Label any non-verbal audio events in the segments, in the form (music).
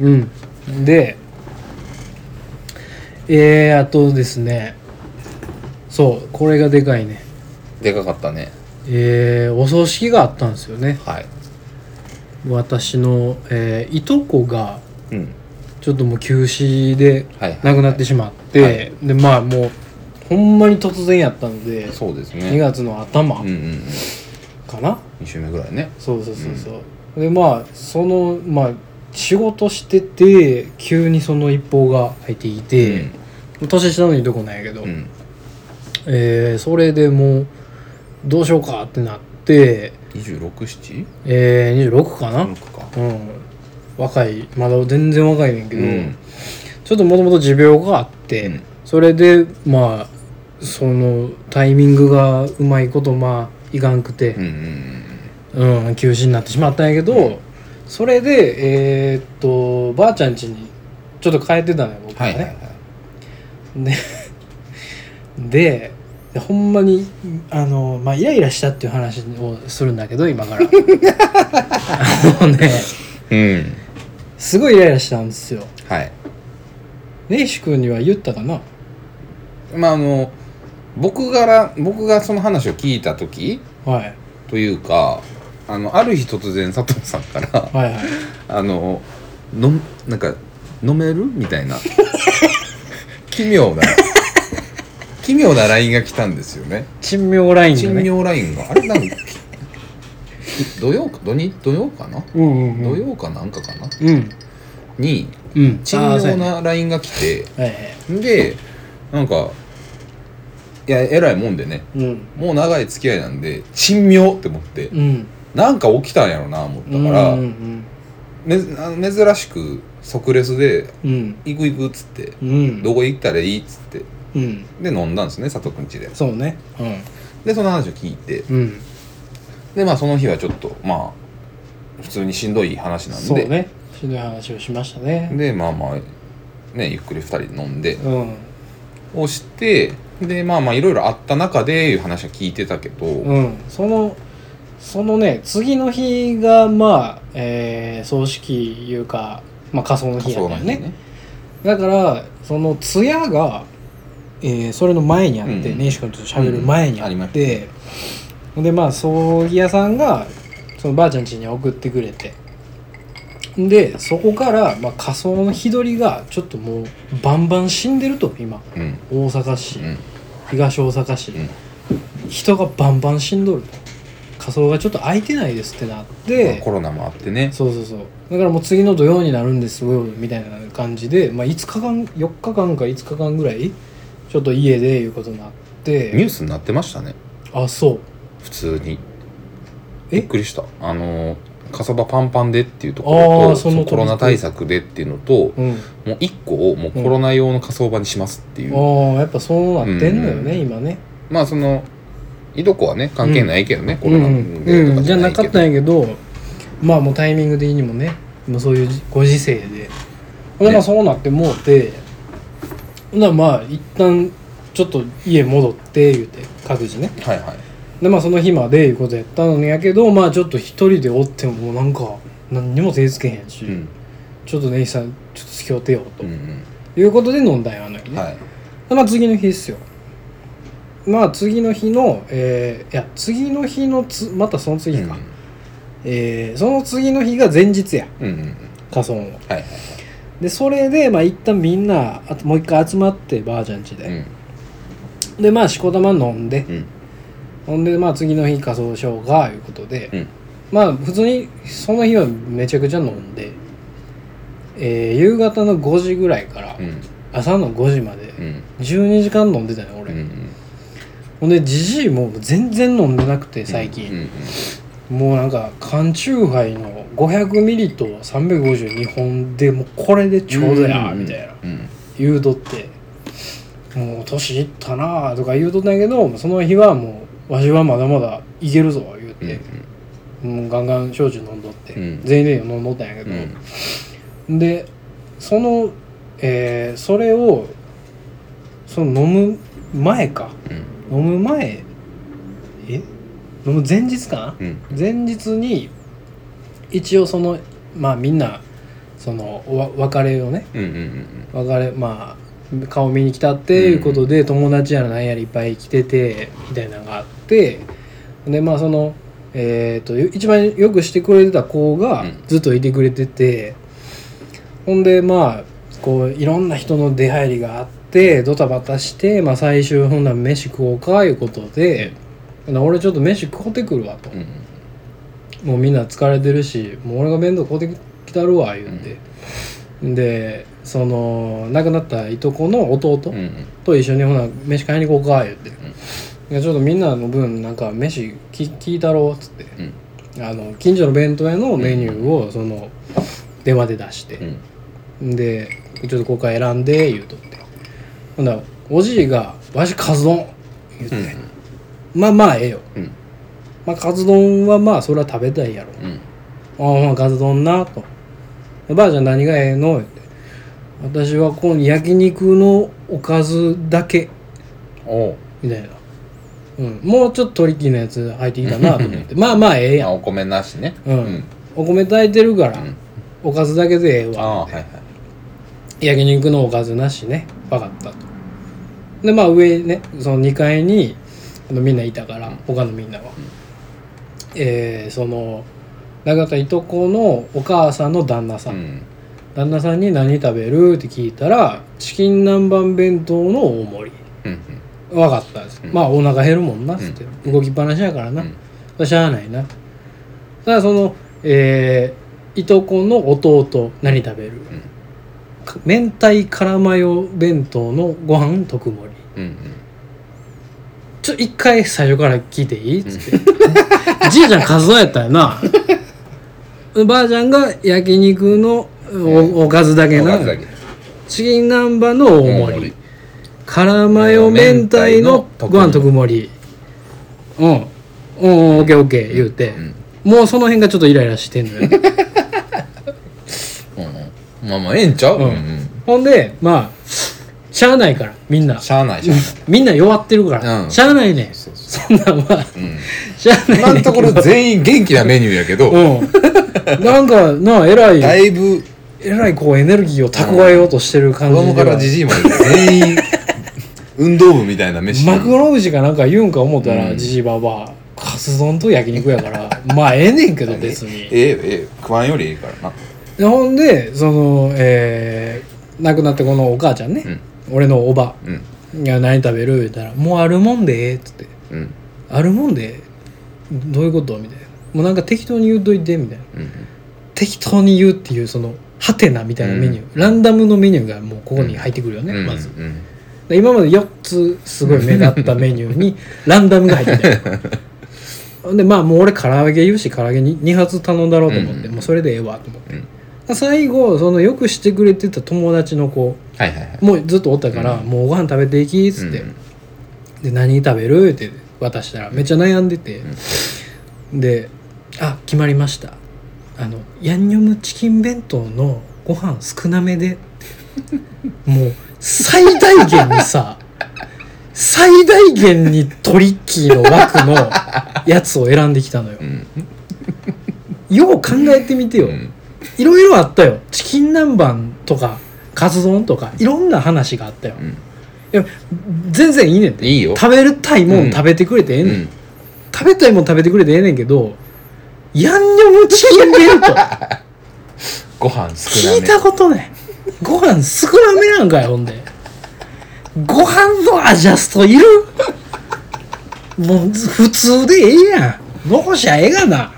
うんでえー、あとですねそうこれがでかいねでかかったねえー、お葬式があったんですよねはい私の、えーいとこがうんちょっともう急死ではいはい亡くなってしまって、はでまあもうほんまに突然やったのでそうです2ね月の頭うんうんうんかな、 2週目ぐらいねそうそうそうそう、でまあそのまあ仕事してて急にその一報が入ってきて、年下のいいとこなんやけど、うんうんえーそれでもうどうしようかってなって、 267えー、26かな、なんかうん若いまだ全然若いねんけうど、んちょっともともと持病があって、うんそれでまあそのタイミングがうまいことまあいかんくて、うんうんうん、休止になってしまったんやけど、うんそれでえーっとばあちゃん家にちょっと帰ってたのよ僕がはね、いはいはいででほんまにあの、まあ、イライラしたっていう話をするんだけど今 (laughs) からあのねうんすごいイライラしたんですよはいねいし君には言ったかなまああの僕から僕がその話を聞いた時はいというかあのある日突然佐藤さんからはいはいあののなんか飲める (laughs) みたいな奇妙な奇妙なラインが来たんですよね珍妙ライン珍がね妙ラインがあれなんか土曜土日土曜かな、うんうん土うん曜かなんかかなうんにうん珍あーそう妙やねなラインが来てはいはいでなんかいやえらいもんでねうんもう長い付き合いなんで珍妙って思ってうんなんか起きたんやろな思ったから、うんうんめあの珍しく即レスでうん「行く行く」っつってう「んどこ行ったらいい」っつってうんで飲んだんですね佐藤くんちでそうねでその話を聞いてうんうんでまあその日はちょっとまあ普通にしんどい話なんそうで、ねひどい話をしましたねでまあまあねゆっくり2人で飲んでうんをしてでまあまあいろいろあった中でいう話は聞いてたけど、うんそのそのね次の日がまあ、えー葬式いうか、まあ、仮装の日やったよねだからその艶が、えーそれの前にあって、うんねいし君と喋る前にあうんありまっ、してでまあ葬儀屋さんがそのばあちゃん家に送ってくれてでそこから、まあ、仮装の日取りがちょっともうバンバン死んでると今うん大阪市、うん東大阪市、うん人がバンバン死んどる仮装がちょっと空いてないですってなって、まあコロナもあってねそうそうそうだからもう次の土曜になるんですよみたいな感じで、まあ、5日間4日間か5日間ぐらいちょっと家でいうことになっニュてースになってましたねあそう普通にえびっくりしたあのかさばパンパンでっていうとこあろーとそのコロナ対策でっていうのとうんもう一個をもうコロナ用の火葬場にしますっていう、ああやっぱそうなってんのよね、うん今ねまあそのいとこはね関係ないけどね、コうロんナでとうかんじじゃゃなないけかど、ったんやけどまあもうタイミング的にもねもうそういうご時世でほんでまあねそうなってもうてほんならまあ一旦ちょっと家戻って言うて各自ねはいはいでまあその日までいうことやったのやけどまあちょっと一人でおってももうなんか何にも手つけへんし、うんちょっとネイさんちょっと付き合ってよと、うんいうことで飲んだんよあの日うんね、はいでまあ次の日っすよまあ次の日のえーいや次の日のつまたその次か、えーその次の日が前日やうんうんうん仮装をはいはいでそれでまあ一旦みんなあともう一回集まってばあちゃん家うで、んでまあしこたま飲んで、うんほんでまあ次の日仮装しようかいうことで、うんまあ普通にその日はめちゃくちゃ飲んで、えー夕方の5時ぐらいからうん朝の5時までうん12時間飲んでたよう俺、んほんでじじいも全然飲んでなくて最うんう近、んもうなんか缶チューハイの500ミリと352本でもうこれでちょうどやみたいなうん言うとってもう年いったなあとか言うとったんやけどその日はもうわしはまだまだいけるぞ言ううんうんて、もうガンガン焼酎飲んどって、うん全員で飲んどったんやけうど、んでその、えーそれをその飲む前かうん飲む前え飲む前日かなうん前日に一応そのまあみんなそのわ別れをねうんうんうん別れまあ顔見に来たっていうことで、友達やらなんやらいっぱい来ててみたいなのがあってでまあそのえっ、と一番よくしてくれてた子がうんずっといてくれてて、ほんでまあこういろんな人の出入りがあってドタバタして、まあ、最終ほんなら飯食おうかいうことで「ほな俺ちょっと飯食うてくるわ」と。うんもうみんな疲れてるしもう俺が面倒買うてきたるわ言うて、でその亡くなったいとこの弟うんうんと一緒にほな飯買いに行こうか言うて、でちょっとみんなの分なんか飯き聞いたろうっつってうんあの近所の弁当屋のメニューをその電話で出して、うんで「ちょっとここから選んで」言うとってほんだらおじいが「わしカツ丼」言って、まあまあええよ、うんまあカツ丼はまあそれは食べたいやろうん「ああカツ丼な」と「ばあちゃん何がええの?」言って「私はこの焼肉のおかずだけおう」みたいな、うん、もうちょっとトリッキーなやつ入ってきたなと思って (laughs) まあまあええやあんお米なしねうんお米炊いてるから、うんおかずだけでええわああはいはい焼肉のおかずなしね分かったとでまあ上ねその2階にあのみんないたから、他のみんなは、えーその永田いとこのお母さんの旦那さん、うん旦那さんに何食べるって聞いたらチキン南蛮弁当の大盛りうんうん分かったです、うんまあお腹減るもんなっつって、動きっぱなしやからな、それしゃあないなただそのえーいとこの弟何食べる、か明太辛マヨ弁当のご飯特盛りうんうんちょ一回最初から聞いていいっつって、 (laughs) じいちゃんカツ丼やったよなばあちゃんが焼肉のおおかずだけおなかずだけチキン南蛮の大盛り辛マヨ明太のご飯特盛りうんうんうんオッケーオッケー言うて、うんもうその辺がちょっとイライラしてんのよね (laughs) うんうんまあまあええんちゃうううんんほんでまあしゃあないからみんなうんしゃあないじゃみんな弱ってるから、うんしゃあないねんそそうそんなんはんうん (laughs) しゃあない今ねのんところ全員元気なメニューやけどうんなんかなえらだいいぶえらいこうエネルギーを蓄えようとしてる子感じ供でからはじじいまで全員運動部みたいな飯マクロジかなんか言うんか思ったらうんじじばばカツ丼と焼肉やから (laughs) まあええねんけど別にええよええよ食わんよりええからなでほんでそのえー亡くなったこのお母ちゃんね、うん俺のおばうんが何食べる言ったら「もうあるもんで」っつってうん「あるもんでどういうこと?」みたいな「もうなんか適当に言うといて」みたいなうん適当に言うっていうそのハテナみたいなメニュー、ランダムのメニューがもうここに入ってくるよね、うんまずうんで今まで4つすごい目立ったメニュ (laughs) ーにランダムが入ってたよほんでまあもう俺唐揚げ言うし唐揚げに2発頼んだろうと思って、うんもうそれでええわと思って、うんで最後そのよくしてくれてた友達の子はいはいはいもうずっとおったから「うんもうご飯食べていき」っつって、うんで何食べるって渡したらめっちゃ悩んでて、で「あ決まりましたあのヤンニョムチキン弁当のご飯少なめで」 (laughs) もう最大限にさ最大限にトリッキーの枠のやつを選んできたのよう、んよう考えてみてよ、うんいろいろあったよチキン南蛮とかカツ丼とかいろんな話があったよ、うんいや全然いいねんていいよ食べるたいもうんん食べてくれてええうねん、ん食べたいもん食べてくれてええねんけどヤンニョムチキン (laughs) 弁当ご飯少な聞いめたことないご飯少なめなんかいほんでご飯のアジャストいるもう普通でええやん残しゃええがな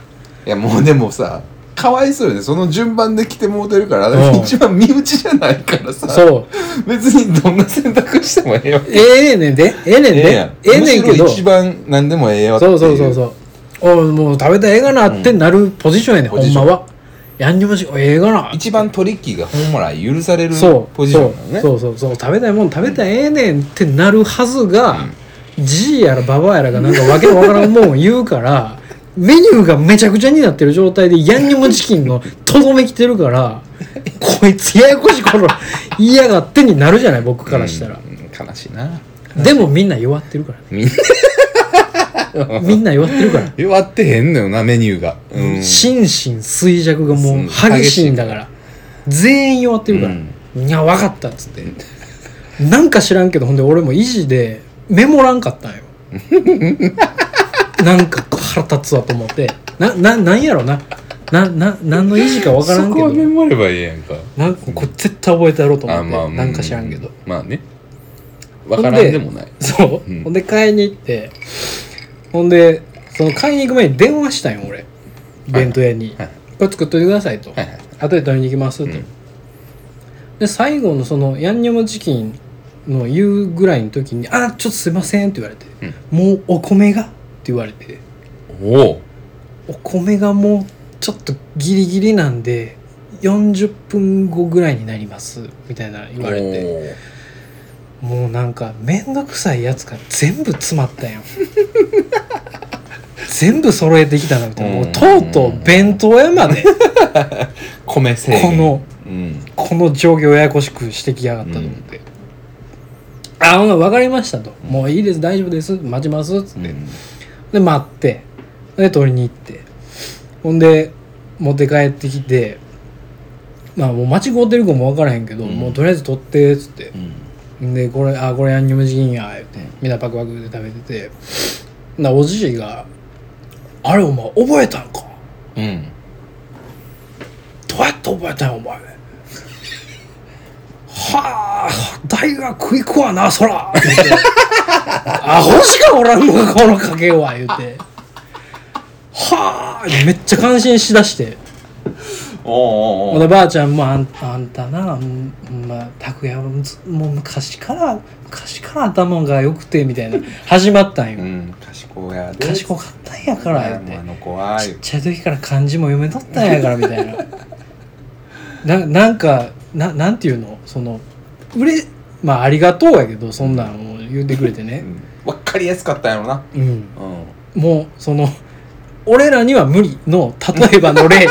いやもうでもさかわいそうよねその順番で来てもうてるからうん一番身内じゃないからさそう別にどんな選択してもええよええねんでええねんでええやんええねんけむしどろ一番何でもええよっていそうそうそうそうおいもう食べたらええがなってなるポジションやねん、うんほんまはヤンニョムチキンええがな一番トリッキーがほんまら許されるそうポジションなのねそうそうそうそう食べたいもん食べたらええねんってなるはずが、じいやらばばやらがなんかわけのわからんもん言う (laughs) からメニューがめちゃくちゃになってる状態でヤンニョムチキンのとどめきてる (laughs) からこいつややこしい頃言いやがってになるじゃない僕からしたら、うん悲しいなでもみんな弱ってるかみんなら (laughs) みんな弱ってるから弱ってへんのよなメニューがうん心身衰弱がもう激しいんだから全員弱ってるからう「んいや分かった」っつってなんか知らんけどほんで俺も意地でメモらんか (laughs) ったんよなんか腹立つわと思ってなななんやろななな何の意地か分からんそけこはメどモればいいやんかなんかこれ絶対覚えてやろうと思って、うんなんか知らんけどまあねわからんでもないそう、うんほんで買いに行ってほんでその買いに行く前に電話したんよ俺弁当屋に、はいこれ作っといてくださいと、はいはい後で取りに行きますと、うんで最後のそのヤンニョムチキンの言うぐらいの時に「あちょっとすいません」って言われて「もうお米が」って言われてうんおお「お米がもうちょっとギリギリなんで40分後ぐらいになります」みたいな言われておーもうなんか面倒くさいやつが全部詰まったよ (laughs) 全部揃えてきたなみたいなもうとうとう弁当屋まで米製このうんこの状況をややこしくしてきやがったと思って、あほな分かりましたと「もういいです大丈夫です待ちます」っつって、うんで待ってで取りに行ってほんで持って帰ってきてまあもう間違うてるかも分からへんけど、うんもうとりあえず取ってっつってう、んでこれあこれヤンニョムチキンや言ってみんなパクパクで食べててなおじいが「あれお前覚えたんかうんどうやって覚えたんやお前」はあ大学行くわなそ (laughs) ら」って言って「アホしかおらんのかこの家系は」言うて「はあ」めっちゃ感心しだしておーおーおほーなばあちゃんもあんあんたな、うんまあ、拓也はむずもう昔から昔から頭が良くてみたいな始まったんうよ、ん賢いやで賢かったんやから言っもうあての子はちっちゃい時から漢字も読めとったんやからみたいな (laughs) ななんかななんていうのそのうれまあありがとうやけどそんなんを言ってくれてうね、んわかりやすかったんやろなうん、うんもうその俺らには無理の例えばの (laughs) 例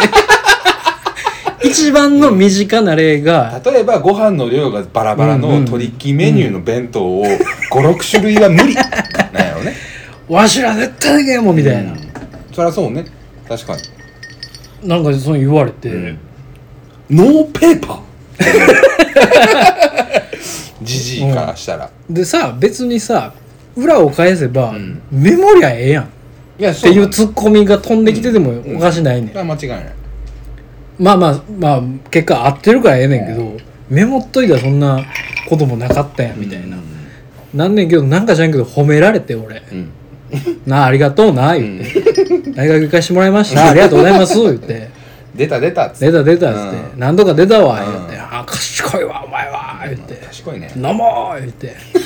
一番の身近な例が例えばご飯の量がバラバラうんうのんトリッキーメニューの弁当を56種類は無理 (laughs) なんやろねわしら絶対でけんもんみたいな、うんそりゃそうね確かに、なんかそう言われて、ノーペーパー (laughs) じじいからしたら、でさ別にさ裏を返せば、うんメモりゃええやんっいやっていうつツッコミが飛んできててもおかしないねん、は間違いないまあまあまあ結果合ってるからええねんけど、メモっといたらそんなこともなかったやんみたいな、なんねんけどなんかじゃんけど褒められて俺うん「 (laughs) なあありがとうな」言って「大学行かしてもらいま (laughs) したありがとうございます」言って出た出たっ「つっ出てた出た」っつって「何度か出たわ」言って「うんああ賢いわお前は」言って賢いね飲もう言って (laughs)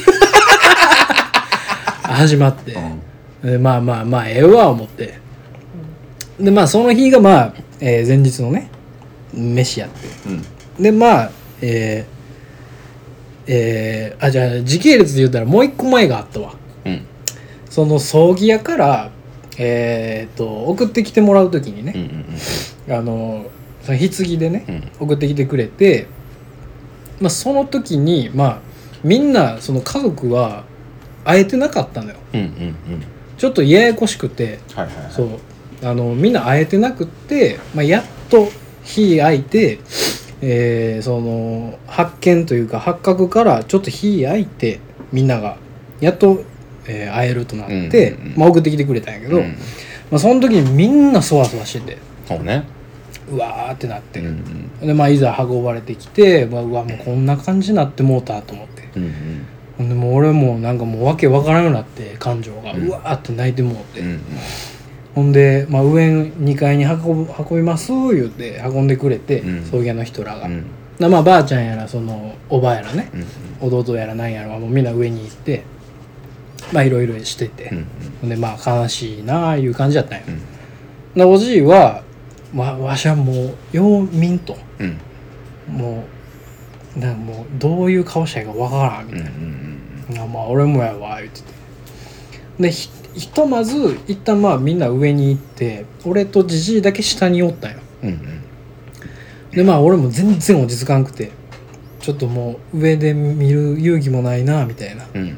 始まって、でまあまあまあええわ思ってでまあその日がまあ、えー前日のね飯やってうんでまあえーえーあじゃあ時系列で言ったらもう一個前があったわうんその葬儀屋からえーっと送ってきてもらう時にうんうね、んうんあのその棺でね、うん送ってきてくれて、まあ、その時に、まあ、みんなその家族は会えてなかったのようんうんうんちょっとややこしくてはいはいはいそうあのみんな会えてなくって、まあ、やっと日空いて、えーその発見というか発覚からちょっと日空いてみんながやっと、えー会えるとなって、うんうんうんまあ、送ってきてくれたんやけど、うんまあ、その時にみんなそわそわしててそうねうわーってなって。うんうんでまあいざ運ばれてきて、まあ、うわもうこんな感じになってもうたと思ってうんうんほんでもう俺もなんかもう訳わからんようになって感情が、ううんわーって泣いてもうて、うんほんで、まあ、上2階に運ぶ運びます言うて運んでくれて、うん葬儀屋の人らが、うんなまあばあちゃんやらそのおばやらねう、ん弟やらなんやらはもうみんな上に行ってまあいろいろしてて、うんほんでまあ悲しいなあいう感じだったんや、うんなおじいは、まあ、わしはもうよう見んと。うんもうなんかもうどういう顔したらいいかわからんみうんうたいんな「あまあ俺もやわ」言っててでひひとまず一旦まあみんな上に行って俺とじじいだけ下におったんようんうんでまあ俺も全然落ち着かんくてちょっともう上で見る勇気もないなみたいなうんうん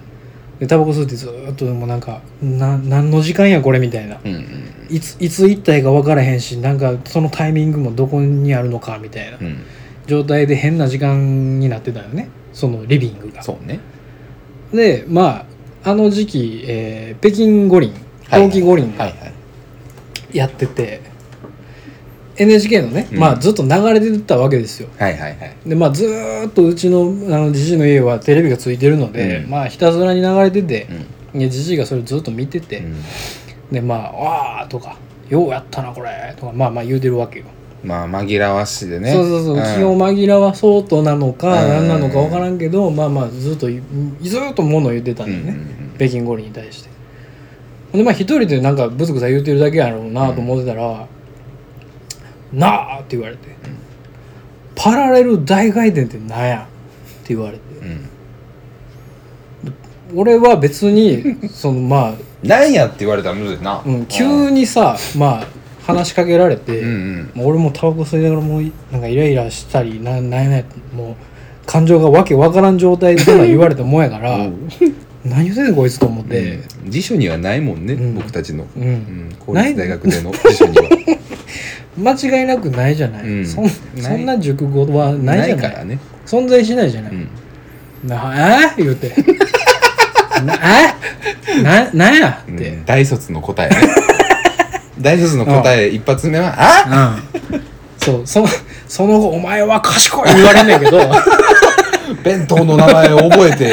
でタバコ吸ってずーっともうなんかな何の時間やこれみたいなうんうんいついつ行ったらいいか分からへんしなんかそのタイミングもどこにあるのかみたいなうん状態で変な時間になってたよねそのリビングがそうねでまああの時期、えー北京五輪冬季五輪はがいはいやってて、NHK のね、うんまあずっと流れてたわけですよはいはいはいでまあずーっとうちのあのじじの家はテレビがついてるので、うんまあひたすらに流れててうんでじじいがそれずっと見てて、うんでまあ「わあ」とか「ようやったなこれ」とかまあまあ言うてるわけよ、まあ紛らわしでねそうそうそう、ん気を紛らわそうとなのかう何んなのか分からんけど、まあまあずっといずっと物を言ってたんだよね、うんうんうん北京五輪に対してほんでまあ一人でなんかブツブツ言ってるだけやろうなと思ってたら「なあ!」って言われて「パラレル大回転ってなんや?」って言われてうん俺は別にそのまあ、なんやって言われたらむずいな、うん、急にさまあ話しかけられて、うんうんもう俺もタバコ吸いながらもうなんかイライラしたりななんやねんもう感情がわけわからん状態でそんなん言われたもんやからうん何言ってんのこいつと思って、うん辞書にはないもんね、うん僕たちの、ううんん公立大学での辞書には間違いなくないじゃない、うんそんないそんな熟語はないなじゃいなかいらね、存在しないじゃない、うん、なえ言うて (laughs) なえななんやっうて、ん大卒の答えね大卒の答え一発目は「あうんそうそ (laughs) その後「お前は賢い」言われんねんけど弁当の名前を覚えて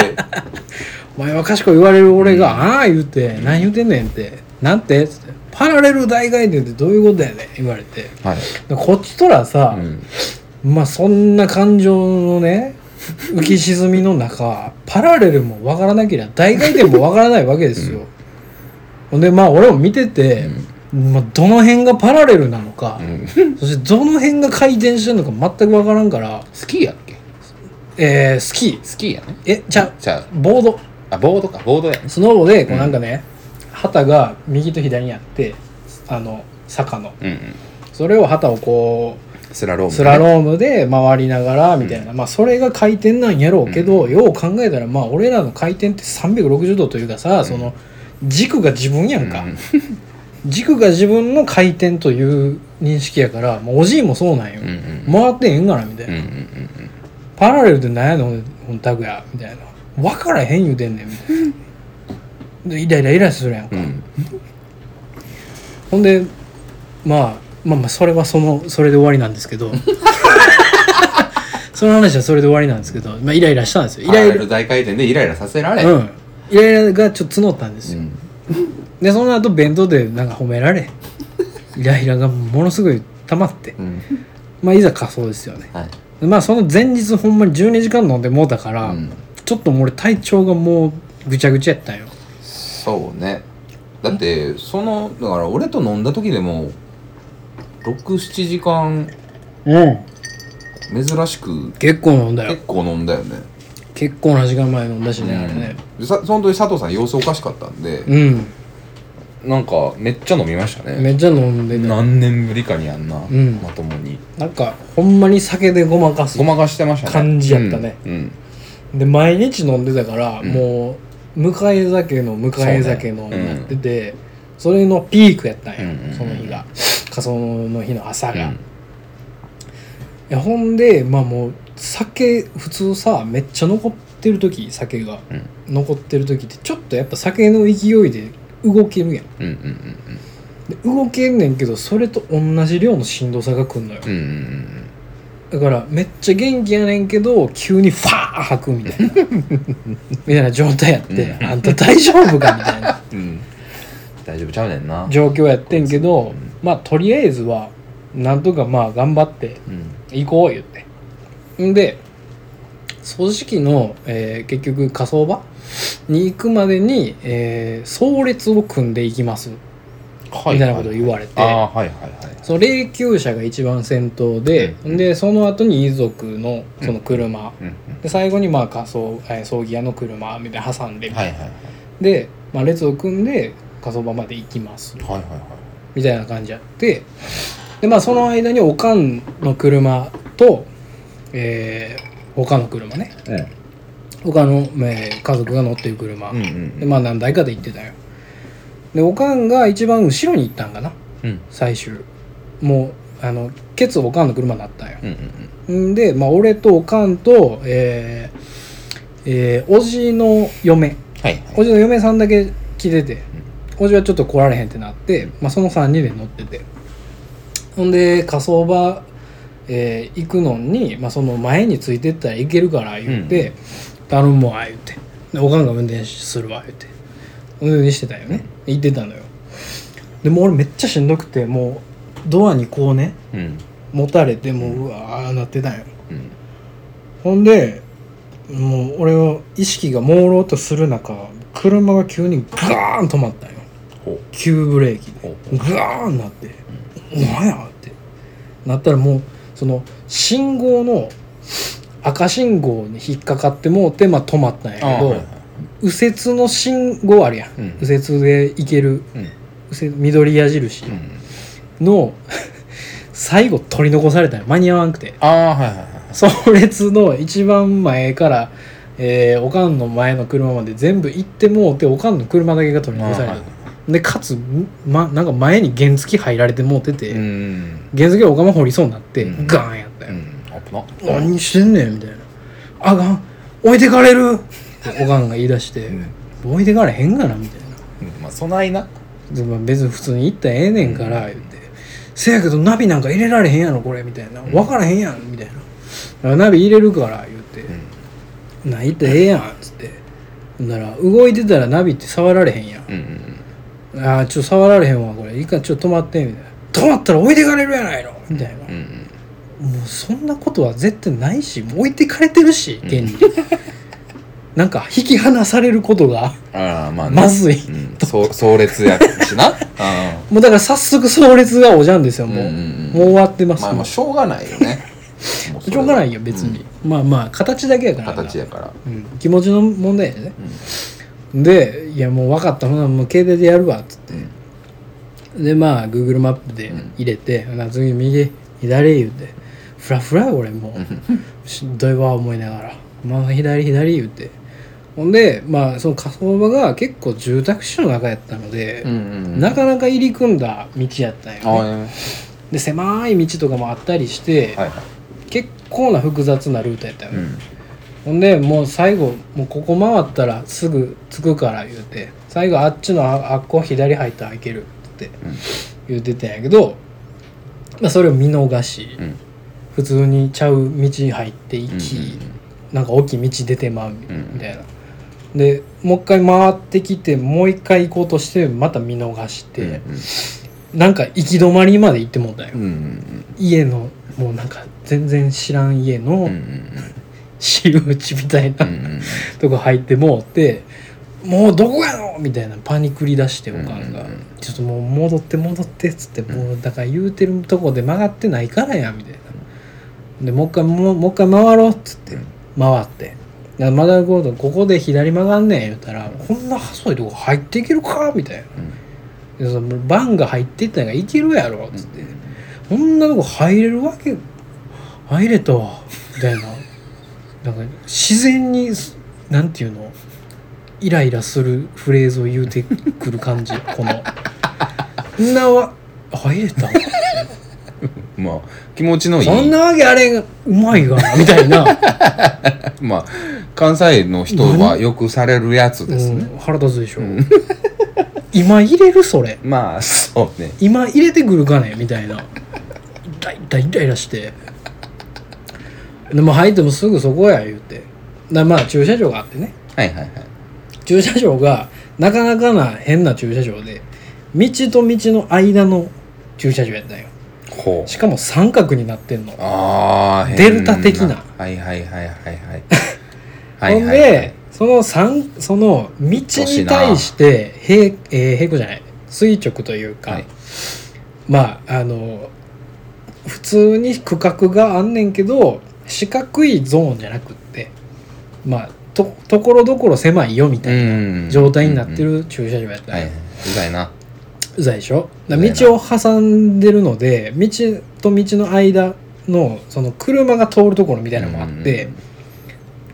「お前は賢い」言われる俺が「ああ」言うて「何言うてんねん」って「なんて?」つって「パラレル大回転ってどういうことやねん」言われて」はい、でこっちとらさ、うんまあそんな感情の (laughs) ね浮き沈みの中パラレルもわからなければ大回転もわからないわけですよ。ほんでまあ俺も見てて、まあ、どの辺がパラレルなのかう、ん、そしてどの辺が回転してるのか全くわからんからスキーやっけえー、スキースキーやねえじゃじゃあボードああボードかボードやねスノボでこううんなんかね、旗が右と左にあってあの坂のうん、うん、それを旗をこうスラローム、ね、スラロームで回りながらみたいな、まあそれが回転なんやろうけど、よう考えたらまあ俺らの回転って360度というかさ、その軸が自分やんか、うん軸が自分の回転という認識やから、まあ、おじいもそうなんよ、うんうん回ってへんがなみたいな、うんうんうんパラレルって何やのほんたくやみたいな分からへん言うてんねんみたい (laughs) なでイライライラするやんか、うんうんほんで、まあ、まあまあそれはそのそれで終わりなんですけどその話はそれで終わりなんですけど、まあ、イライラしたんですよイパララレイラル大回転でイライラさせられ、うんイライラがちょっと募ったんですうよ、んでその後弁当でなんか褒められイライラがものすごい溜まってうん、まあいざ仮装ですよねはいでまあその前日ほんまに12時間飲んでもうたから、うんちょっともう俺体調がもうぐちゃぐちゃやったんよそうねだってそのだから俺と飲んだ時でも67時間うん珍しく結構飲んだよ結構飲んだよね結構な時間前飲んだしね、あれねでさその時佐藤さん様子おかしかったんで、うんなんかめっちゃ飲みましたねめっちゃ飲んでた何年ぶりかにやんな、んまともになんかほんまに酒でごまかすごまかしてましたね感じやったねうん、うんで毎日飲んでたから、うんもう迎え酒の迎え酒のそうねなってて、それのピークやったんや、うんうんうんその日が仮装の日の朝が、うんいやほんでまあもう酒普通さめっちゃ残ってる時酒がうん残ってる時ってちょっとやっぱ酒の勢いで動けるやんうんうんで動けんねんけどそれと同じ量のしんどさがくんのよ、うんうんうんだからめっちゃ元気やねんけど急にファー吐くみたいな (laughs) みたいな状態やってうんあんた大丈夫かみたい (laughs) なうんうん大丈夫ちゃうねんな状況やってんけどまあとりあえずはなんとかまあ頑張ってうん行こう言ってんで掃除機の、えー結局火葬場に行くまでに、えー葬列を組んでいきますはみたいなことを言われてああはいはいはいその霊柩車が一番先頭で、うんでその後に遺族のその車、うんうんで最後にまあ仮葬、えー葬儀屋の車みたいな挟んで、はいはいはいで、まあ、列を組んで火葬場まで行きますはいはいはいみたいな感じやってでまあその間におかんの車と、えー、他の車ね他の、えー家族が乗ってる車、うんうんでまあ何台かで行ってたよでおかんが一番後ろに行ったんかなうん最終もうあのケツおかんの車になったんようんうんんで、まあ、俺とおかんとえー、えー、おじの嫁はいはいおじの嫁さんだけ来てて、おじはちょっと来られへんってなって、まあ、その3人で乗っててほんで火葬場、えー行くのに、まあ、その前についてったらいけるから言ってう「頼むわ」言ってで「おかんが運転するわ」言って運転してたよね行ってたのよでもう俺めっちゃしんどくてもうドアにこうねうん持たれてもううわーなってたんようんほんでもう俺は意識が朦朧とする中車が急にガーン止まったんよほ急ブレーキうほうガーンなって「なんや?」ってなったらもうその信号の赤信号に引っかかってもうて、まあ、止まったんやけああど、はいはい右折の信号あるやん、うん右折で行けるうん右折緑矢印うんの (laughs) 最後取り残されたんよ間に合わんくてああはいはいはい (laughs) その列の一番前から、えーおかんの前の車まで全部行ってもうておかんの車だけが取り残されあたーはいはでかつ、ま、なんか前に原付入られてもうてて、うん原付がおかま掘りそうになって、うんガーンやったうよ、ん危な何してんねんみたいな「あかん置いてかれる!」っておかんが言い出してうん「置いてかれへんがな」みたいなうんまあ備えなでも別に普通に行ったらええねんから言って「せやけどナビなんか入れられへんやろこれ」みたいな「分からへんやん」みたいな「だからナビ入れるから」言ってう「んな行ったらええやん」っつってほんなら動いてたらナビって触られへんやんうんう「んああちょっと触られへんわこれいいからちょっと止まって」みたいな「止まったら置いてかれるやないの」みたいな、うんうんもうそんなことは絶対ないしもう置いてかれてるし現に、 (laughs) なんか引き離されることがああまあねまずい、うんそう壮烈やし (laughs) なあもうだから早速葬列がおじゃんですよあもう,、んんんもう終わってます、まあまあしょうがないよねもうそしれょはうがないよ別に、まあまあ形だけやからな形やからうん、気持ちの問題やね、でいやもう分かったほなもう携帯でやるわっつって、でまあ Google マップで入れて、あ次右左言うてフラフラよ俺もう、しんどいわ思いながらまあ左左言うてほんでまあその火葬場が結構住宅地の中やったので、うんうんなかなか入り組んだ道やったんああよ、ね、ねで狭い道とかもあったりして、はいはい結構な複雑なルートやったよね、うんほんでもう最後もうここ回ったらすぐ着くから言うて最後あっちのああっこ左入ったらいけるってうん言ってたんやけど、まあ、それを見逃し、うん普通にちゃう道入っていき、うんなんか大きい道出てまうみうんみたいな。でもう一回回ってきてもう一回行こうとしてまた見逃して、なんか行き止まりまで行ってもうたんよ、うんうん家のもうなんか全然知らん家うんうのんうん私有地みたいな、うんうんうんとか入ってもうて「もうどこやの?」みたいなパニクり出しておかんが、うんうんうんちょっともう戻って戻って」っつって「もうだから言うてるとこで曲がってないからや」みたいな。でもう一回もうもう一回回ろうっつって回って。だからまだこうここで左曲がんねん言うたら「こんな細いとこ入っていけるか?」みたいな「でそのバンが入っていったんがいけるやろ」っつって「こんなとこ入れるわけ入れたわ」みたいななんか自然にすなんていうのイライラするフレーズを言うてくる感じこの「そんなわ入れたわうんまあ気持ちのいいそんなわけあれうまいがな」みたいな、まあ関西の人はよくされるやつですねうん腹立つでしょ、今入れるそれまあそうね今入れてくるかねみたいなだいだイライラしてでも入ってもすぐそこや言うてなまあ駐車場があってねはいはいはい駐車場がなかなかな変な駐車場で道と道の間の駐車場やったんよほしかも三角になってんのああデルタ的なはいはいはいはいはいほんで、その三その道に対して平,、えー平行じゃない垂直というか、はいまああの普通に区画があんねんけど四角いゾーンじゃなくってまあとところどころ狭いよみたいなうん状態になってる駐車場やったはら、いはいうざいなうざいでしょだうかざいら道なを挟んでるので道と道の間のその車が通るところみたいなのもあって、うん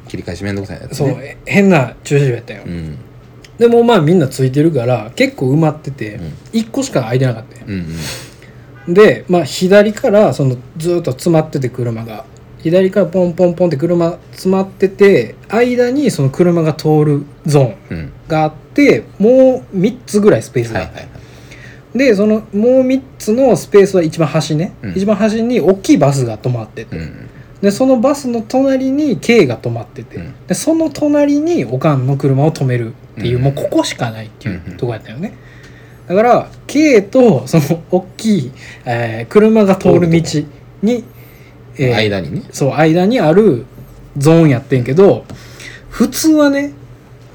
切り返しめんどくさいやつねそう、変な駐車場やったよ、うんでもまあみんなついてるから結構埋まっててうん1個しか空いてなかったようんうんで、まあ、左からそのずっと詰まってて車が左からポンポンポンって車詰まってて間にその車が通るゾーンうんがあってもう3つぐらいスペースがはいあはって、いはいでそのもう3つのスペースは一番端ね、うん一番端に大きいバスが止まってて、うんでそのバスの隣に K が止まってて、うんでその隣におかんの車を止めるっていう、うんもうここしかないっていううんとこやったよね、だから K とその大きい、えー車が通る道に、えー間にねそう間にあるゾーンやってんけど普通はね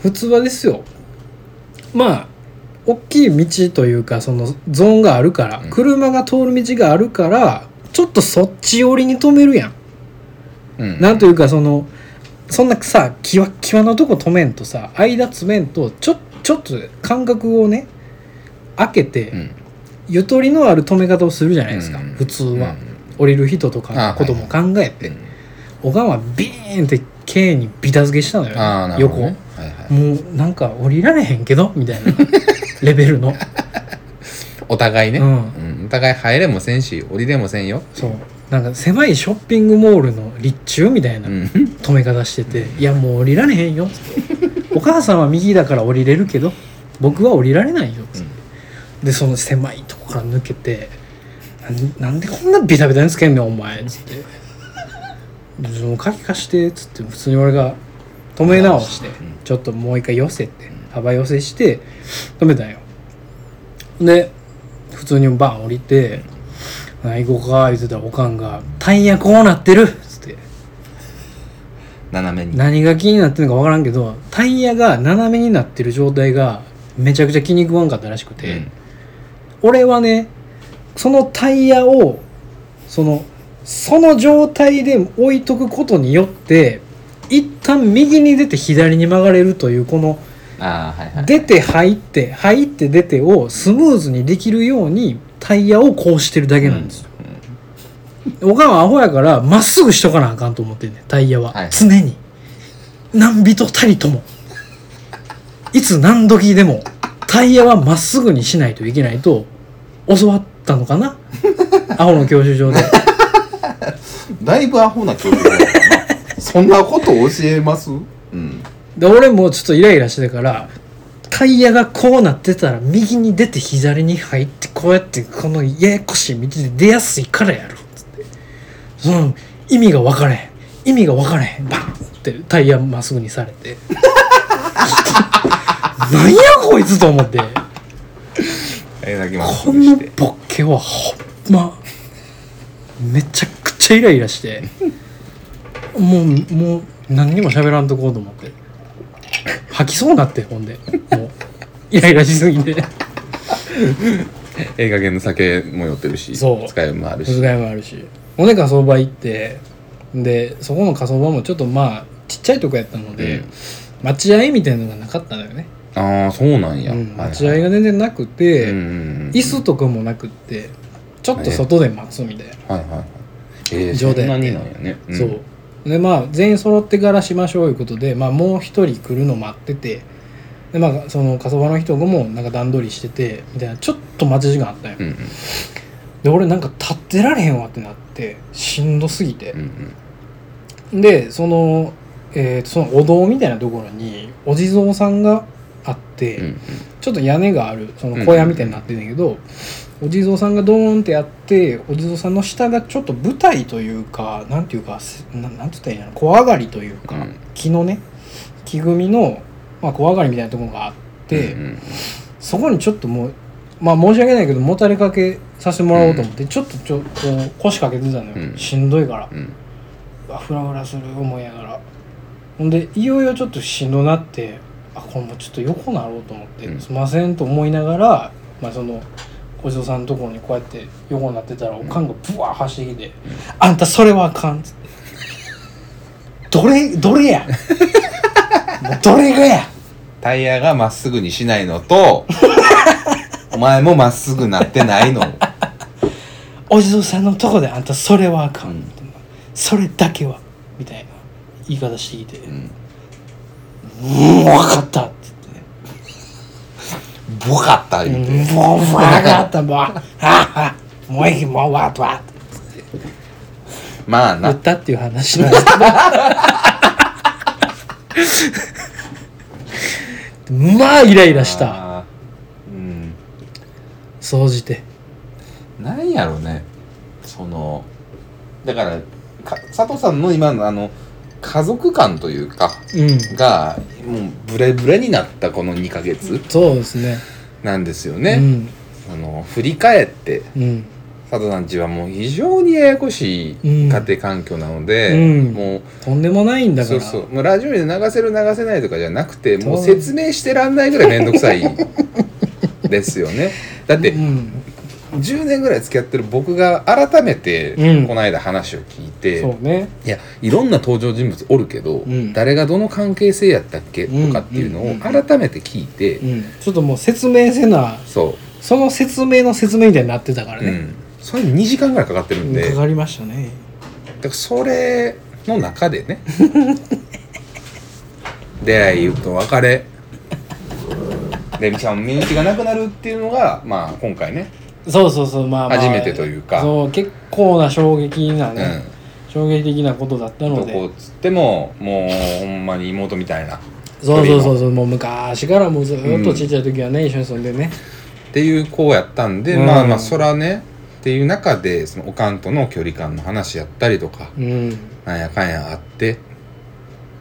普通はですよまあ大きい道というかそのゾーンがあるから、うん車が通る道があるからちょっとそっち寄りに止めるやんうんなんというかそのそんなさキワッキワのとこ止めんとさ間詰めんとちょちょっと感覚をね開けて、うんゆとりのある止め方をするじゃないですか、うん普通は、うん降りる人とかのことも考えて、うん小川はビーンって K にビタ付けしたのよ、ああなる横ほどもねはいうなんか降りられへんけどみた (laughs) いなレベルのはいお互いねううんんお互い入れもせんし降りれもせんよそうなんか狭いショッピングモールの立中みたいなうん (laughs) 止め方してて「いやもう降りられへんよ」っつって「お母さんは右だから降りれるけど僕は降りられないよ」っつって、でその狭いとこから抜けて「なんなんでこんなビタビタにつけんねんお前」っつって「でその鍵貸して」っつって普通に俺が止め直して、うんちょっともう一回寄せて幅寄せして止めたんよで普通にバン降りて「あ行こうか」言ってたらおかんが「タイヤこうなってる」っつって。斜めに何が気になってるのか分からんけどタイヤが斜めになってる状態がめちゃくちゃ気に食わんかったらしくて、うん俺はねそのタイヤをそのその状態で置いとくことによって一旦右に出て左に曲がれるというこのああはいはい出て入って入って出てをスムーズにできるようにタイヤをこうしてるだけなんですよ、おかんはアホやからまっすぐしとかなあかんと思ってんねんタイヤは、はい常に何人たりともいつ何時でもタイヤはまっすぐにしないといけないと教わったのか (laughs) なアホの教習所でだいぶアホな教育だよ (laughs) なそんなこと教えますうんで俺もちょっとイライラしてたからタイヤがこうなってたら右に出て左に入ってこうやってこのややこしい道で出やすいからやろっつってその意味が分からへん意味が分からへんバンってタイヤまっすぐにされてなんやこいつと思ってえだけまこのボッケはほんまめちゃくちゃイライラしてもうもう何にも喋らんとこうと思って吐きそうなってほんでもうイライラしすぎてええ加減の酒も寄ってるしそう使いもあ難るしいもあるしほんで火葬場行ってでそこの火葬場もちょっとまあちっちゃいとこやったので、うん待合みたいなのがなかったのよね、ああそうなんや、うんはいはい待合が全然なくて、うんうんうん椅子とかもなくってちょっと外で待つみたいな、はいはいはいえー、冗そ談んなになんやね、んそうでまあ全員揃ってからしましょういうことで、まあ、もう一人来るの待っててでまあその火葬場の人もなんか段取りしててみたいなちょっと待ち時間あったんよ、うんうんで俺なんか立ってられへんわってなってしんどすぎてうん、うんでその,、えーそのお堂みたいなところにお地蔵さんがあって、うんちょっと屋根があるその小屋みたいになってんだけど、お地蔵さんがドーンってあってお地蔵さんの下がちょっと舞台というかなんていうかすななんて言ったらいいの小上がりというか、うん木のね木組みの、まあ、小上がりみたいなところがあって、うんうんそこにちょっともうまあ申し訳ないけどもたれかけさせてもらおうと思って、ちょっとちょこう腰掛けてたのよ、うんしんどいからう。んあフラフラする思いながらほんでいよいよちょっとしんどなってあこれもうちょっと横なろうと思って、うんすいませんと思いながら、まあ、そのお嬢さんのところにこうやって横になってたらおかんがブワー走ってきて「あんたそれはあかん」っつって「どれどれや (laughs) もうどれがやタイヤがまっすぐにしないのとお前もまっすぐなってないのお嬢さんのとこであんたそれはあかん」うんそれだけは」みたいな言い方してきて「んうん分かった」っつって。ボカった言うて、もうわかったもうあはもういいもうわっわっまあ言なったっていう話なんですけどまあイライラしたあーうん総じてなんやろうねそのだからか佐藤さんの今のあの家族感というかうんがもうブレブレになったこの2ヶ月そうですねなんですよね、うんあの振り返ってうん佐藤さんちはもう非常にややこしいうん家庭環境なので、うんもうとんでもないんだかそうらそうもうラジオで流せる流せないとかじゃなくてもうそう説明してらんないぐらい面倒くさい (laughs) ですよねだってうん、 10年ぐらい付き合ってる僕が改めてうんこの間話を聞いて、そうねいやいろんな登場人物おるけど、ん誰がどの関係性やったっけとかっていうのうんうんをうん改めて聞いて、うん、ちょっともう説明せなそその説明の説明みたいになってたからう、うね、ん、それに2時間ぐらいかかってるんで、かかりましたねだからそれの中で (laughs) ね出会いと別れレミちゃん身内がなくなるっていうのがまあ今回ね、そうそうそうまあ、まあ、初めてというかそう結構な衝撃なうね、ん、衝撃的なことだったのどでこっつってももうほんまに妹みたいなっそうそうそう鳥そうもう昔からもうずっとちっちゃい時はね、一緒に住んでねていう子やったんで、うんまあまあそらねっていう中でそのおかんとの距離感の話やったりとか、うん、なんやかんやあって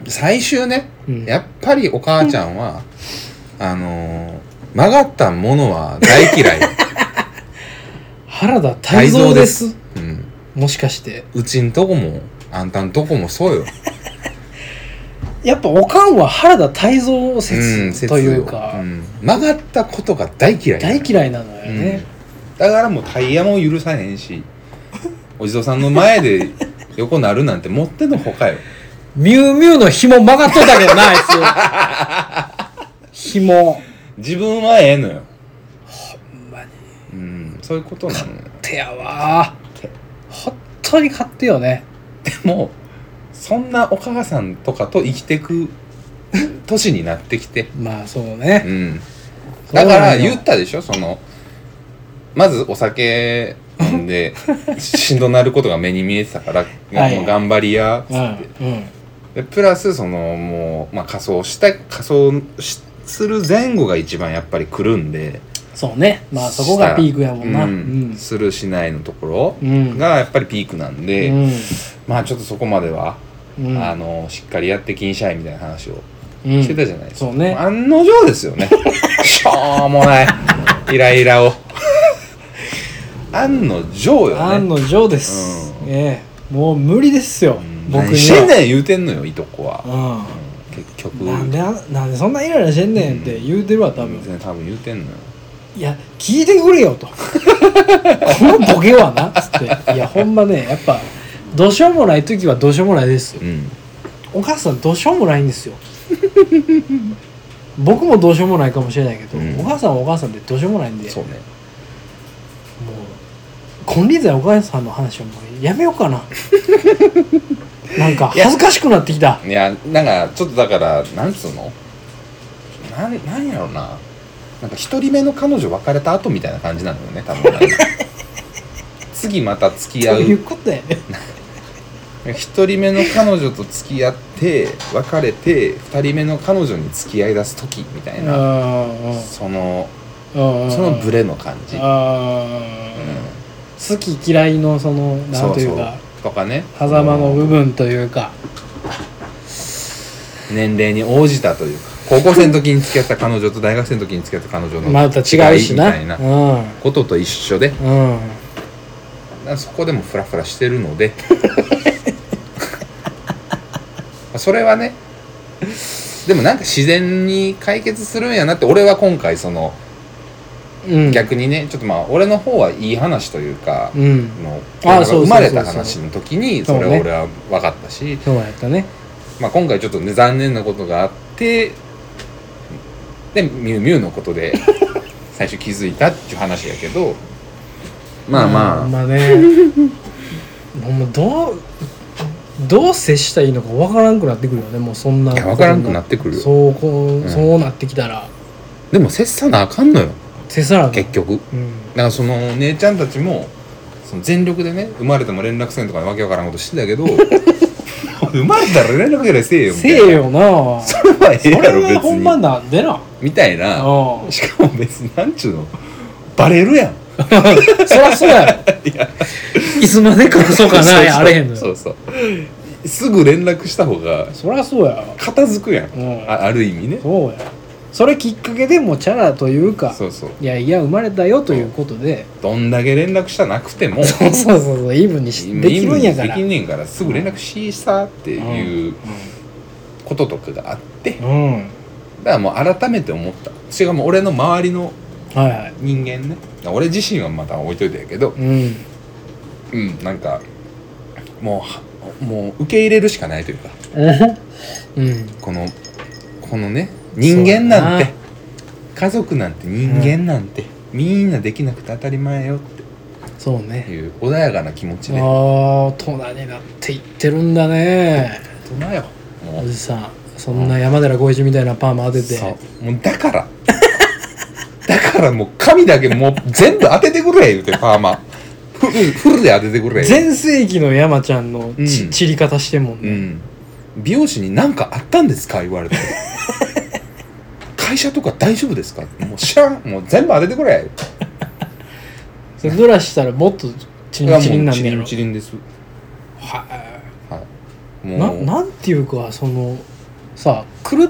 最終ねうん、やっぱりお母ちゃ (laughs) んは、あのー曲がったものは大嫌い、原田泰造ですうん、もしかしてうちんとこもあんたんとこもそうよ、やっぱおかんは原田泰造うん、説というか、節ようん曲がったことが大嫌い大嫌いなのよね、うんだからもうタイヤも許さへ (laughs) んしお地蔵さんの前で横なるなんてもってのほかよミュウミュウの紐曲がっとったけどなあいつ (laughs) 紐自分はええのよ、ほんまにうん、そういうことなのよ手やわ本当に勝手よねもうそんなお母さんとかと生きてく年になってきて、まあそうねうん、だそからうなのよ言ったでしょそのまずお酒飲ん (laughs) でしんどなることが目に見えてたから「はいもう頑張りや」つって、うんうんでプラスそのもう、まあ、仮装した仮装しする前後が一番やっぱり来るんでそうねまあそこがピークやもんなううんんするしないのとこうろんがやっぱりピークなんで、うんまあちょっとそこまでは、うんあのしっかりやってきんしゃいみたいな話をうんしてたじゃないですか、そうね案の定ですよねしょうもないイライラを案の定よ案ねの定ですうんええもう無理ですようん僕何にしてんはねん言うてんのよいとこは、うん結う局んなんであなんでそんなイライラしてんねんって言うてるわ多分ね多分言うてんのよいや聞いてくれよとこのボケはなっつっていやほんまねやっぱどうしようもない時はどうしようもないですうんお母さんどうしようもないんですよ僕もどうしようもないかもしれないけど、うんお母さんはお母さんでどうしようもないんでそうもうね金輪際お母さんの話はもうやめようか (laughs) ななんか恥ずかしくなってきたいやなんかちょっとだからなんつうのなんなんやろななんか一人目の彼女別れた後みたいな感じなのよね多分 (laughs) 次また付きと合いううことやね一人目の彼女と付き合って別れて二人目の彼女に付き合いだす時みたいなそそのそののブレの感じ、うん、好き嫌いのそのなんというかとかね狭間の部分というか年齢に応じたというか高校生の時に付き合った彼女と大学生の時に付き合った彼女のまた違うしなみたいなことと一緒でうん、うん、なそこでもフラフラしてる (laughs) のでそれはねでもなんか自然に解決するんやなって俺は今回そのうん、逆にねちょっとまあ俺の方はいい話というか、うんのあ俺がそうそうそうそう生まれた話の時にそそうねれを俺は分かったし、そうやったねまあ、今回ちょっとね残念なことがあってでミュウミュウのこ (laughs) とで最初気づいたっていう話やけどまあまあ、まあね (laughs) もうどうどう接したらいいのかわからんくなってくるよねもうそんないや分からんくなってくるよそうこう、んそうなってきたらでも切磋なあかんのよせさらが結局うんだからその姉ちゃんたちもその全力でね生まれても連絡せんとかわけわからんことしてた (laughs) けど生まれたら連絡ぐらいせえよみたせいなえよなそれはええそやれろ別はほんまになんでなみたいなうんしかも別になんちゅうのバレるやんそらそう (laughs) やろいつまでかそうかそうそうなあれへんのそようそうすぐ連絡した方がそらそうや片付くやん、うんあある意味ねそうやそれきっかけでもうチャラというかそうそういやいや生まれたよということでどんだけ連絡したなくてもそうそうそうそうイーブンにしできるんやからできんねんからすぐ連絡しさっていうこととかがあってうだかん、うんらもう改めて思ったしかも俺の周りのはいはい人間ね俺自身はまた置いといてやけどうんうんなんかもうはもう受け入れるしかないというかうんこのこのね人間なんそてう家族なんて人間なんて、みんなできなくて当たり前よっそうてねいう穏やかな気持あちあで大人になっていってるんだね大人よもおうじさんそんな山寺宏一みたいなパーマ当ててそうもうだから (laughs) だからもう髪だけもう全部当ててくれ言うてパーマフルフルで当ててくれ全盛期の山ちゃんのうちん散り方してんもんうねん美容師に何かあったんですか言われて (laughs) 会社とか大丈夫ですかもう知らんもう全部当ててくれそれブラしたらもっとチいリやンチリンもなうんチねやリンろチリンですははいいなもうなんていうかそのさくるっ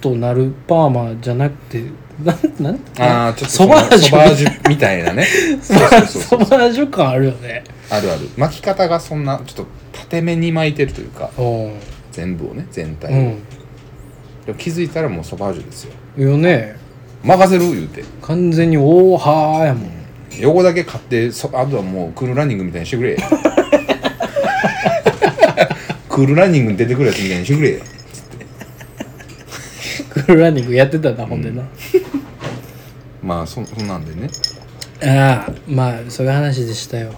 となるパーマじゃなくてなんなんああちょっとソバージュソバージュみたいなねそうそうそ (laughs) うそそうば味感あるよねあるある巻き方がそんなちょっと縦目に巻いてるというかうん全部をね全体を、うでも気づいたらもうソバージュですよんよね任せる言うて完全に大葉や (laughs) もん横だけ買ってそあとはもうクールランニングみたいにしてく (laughs) れクールランニングに出てくるやつみたいにしてくれクールランニングやってたなほんでな、まあそそんなんでねああまあそういう話でしたよ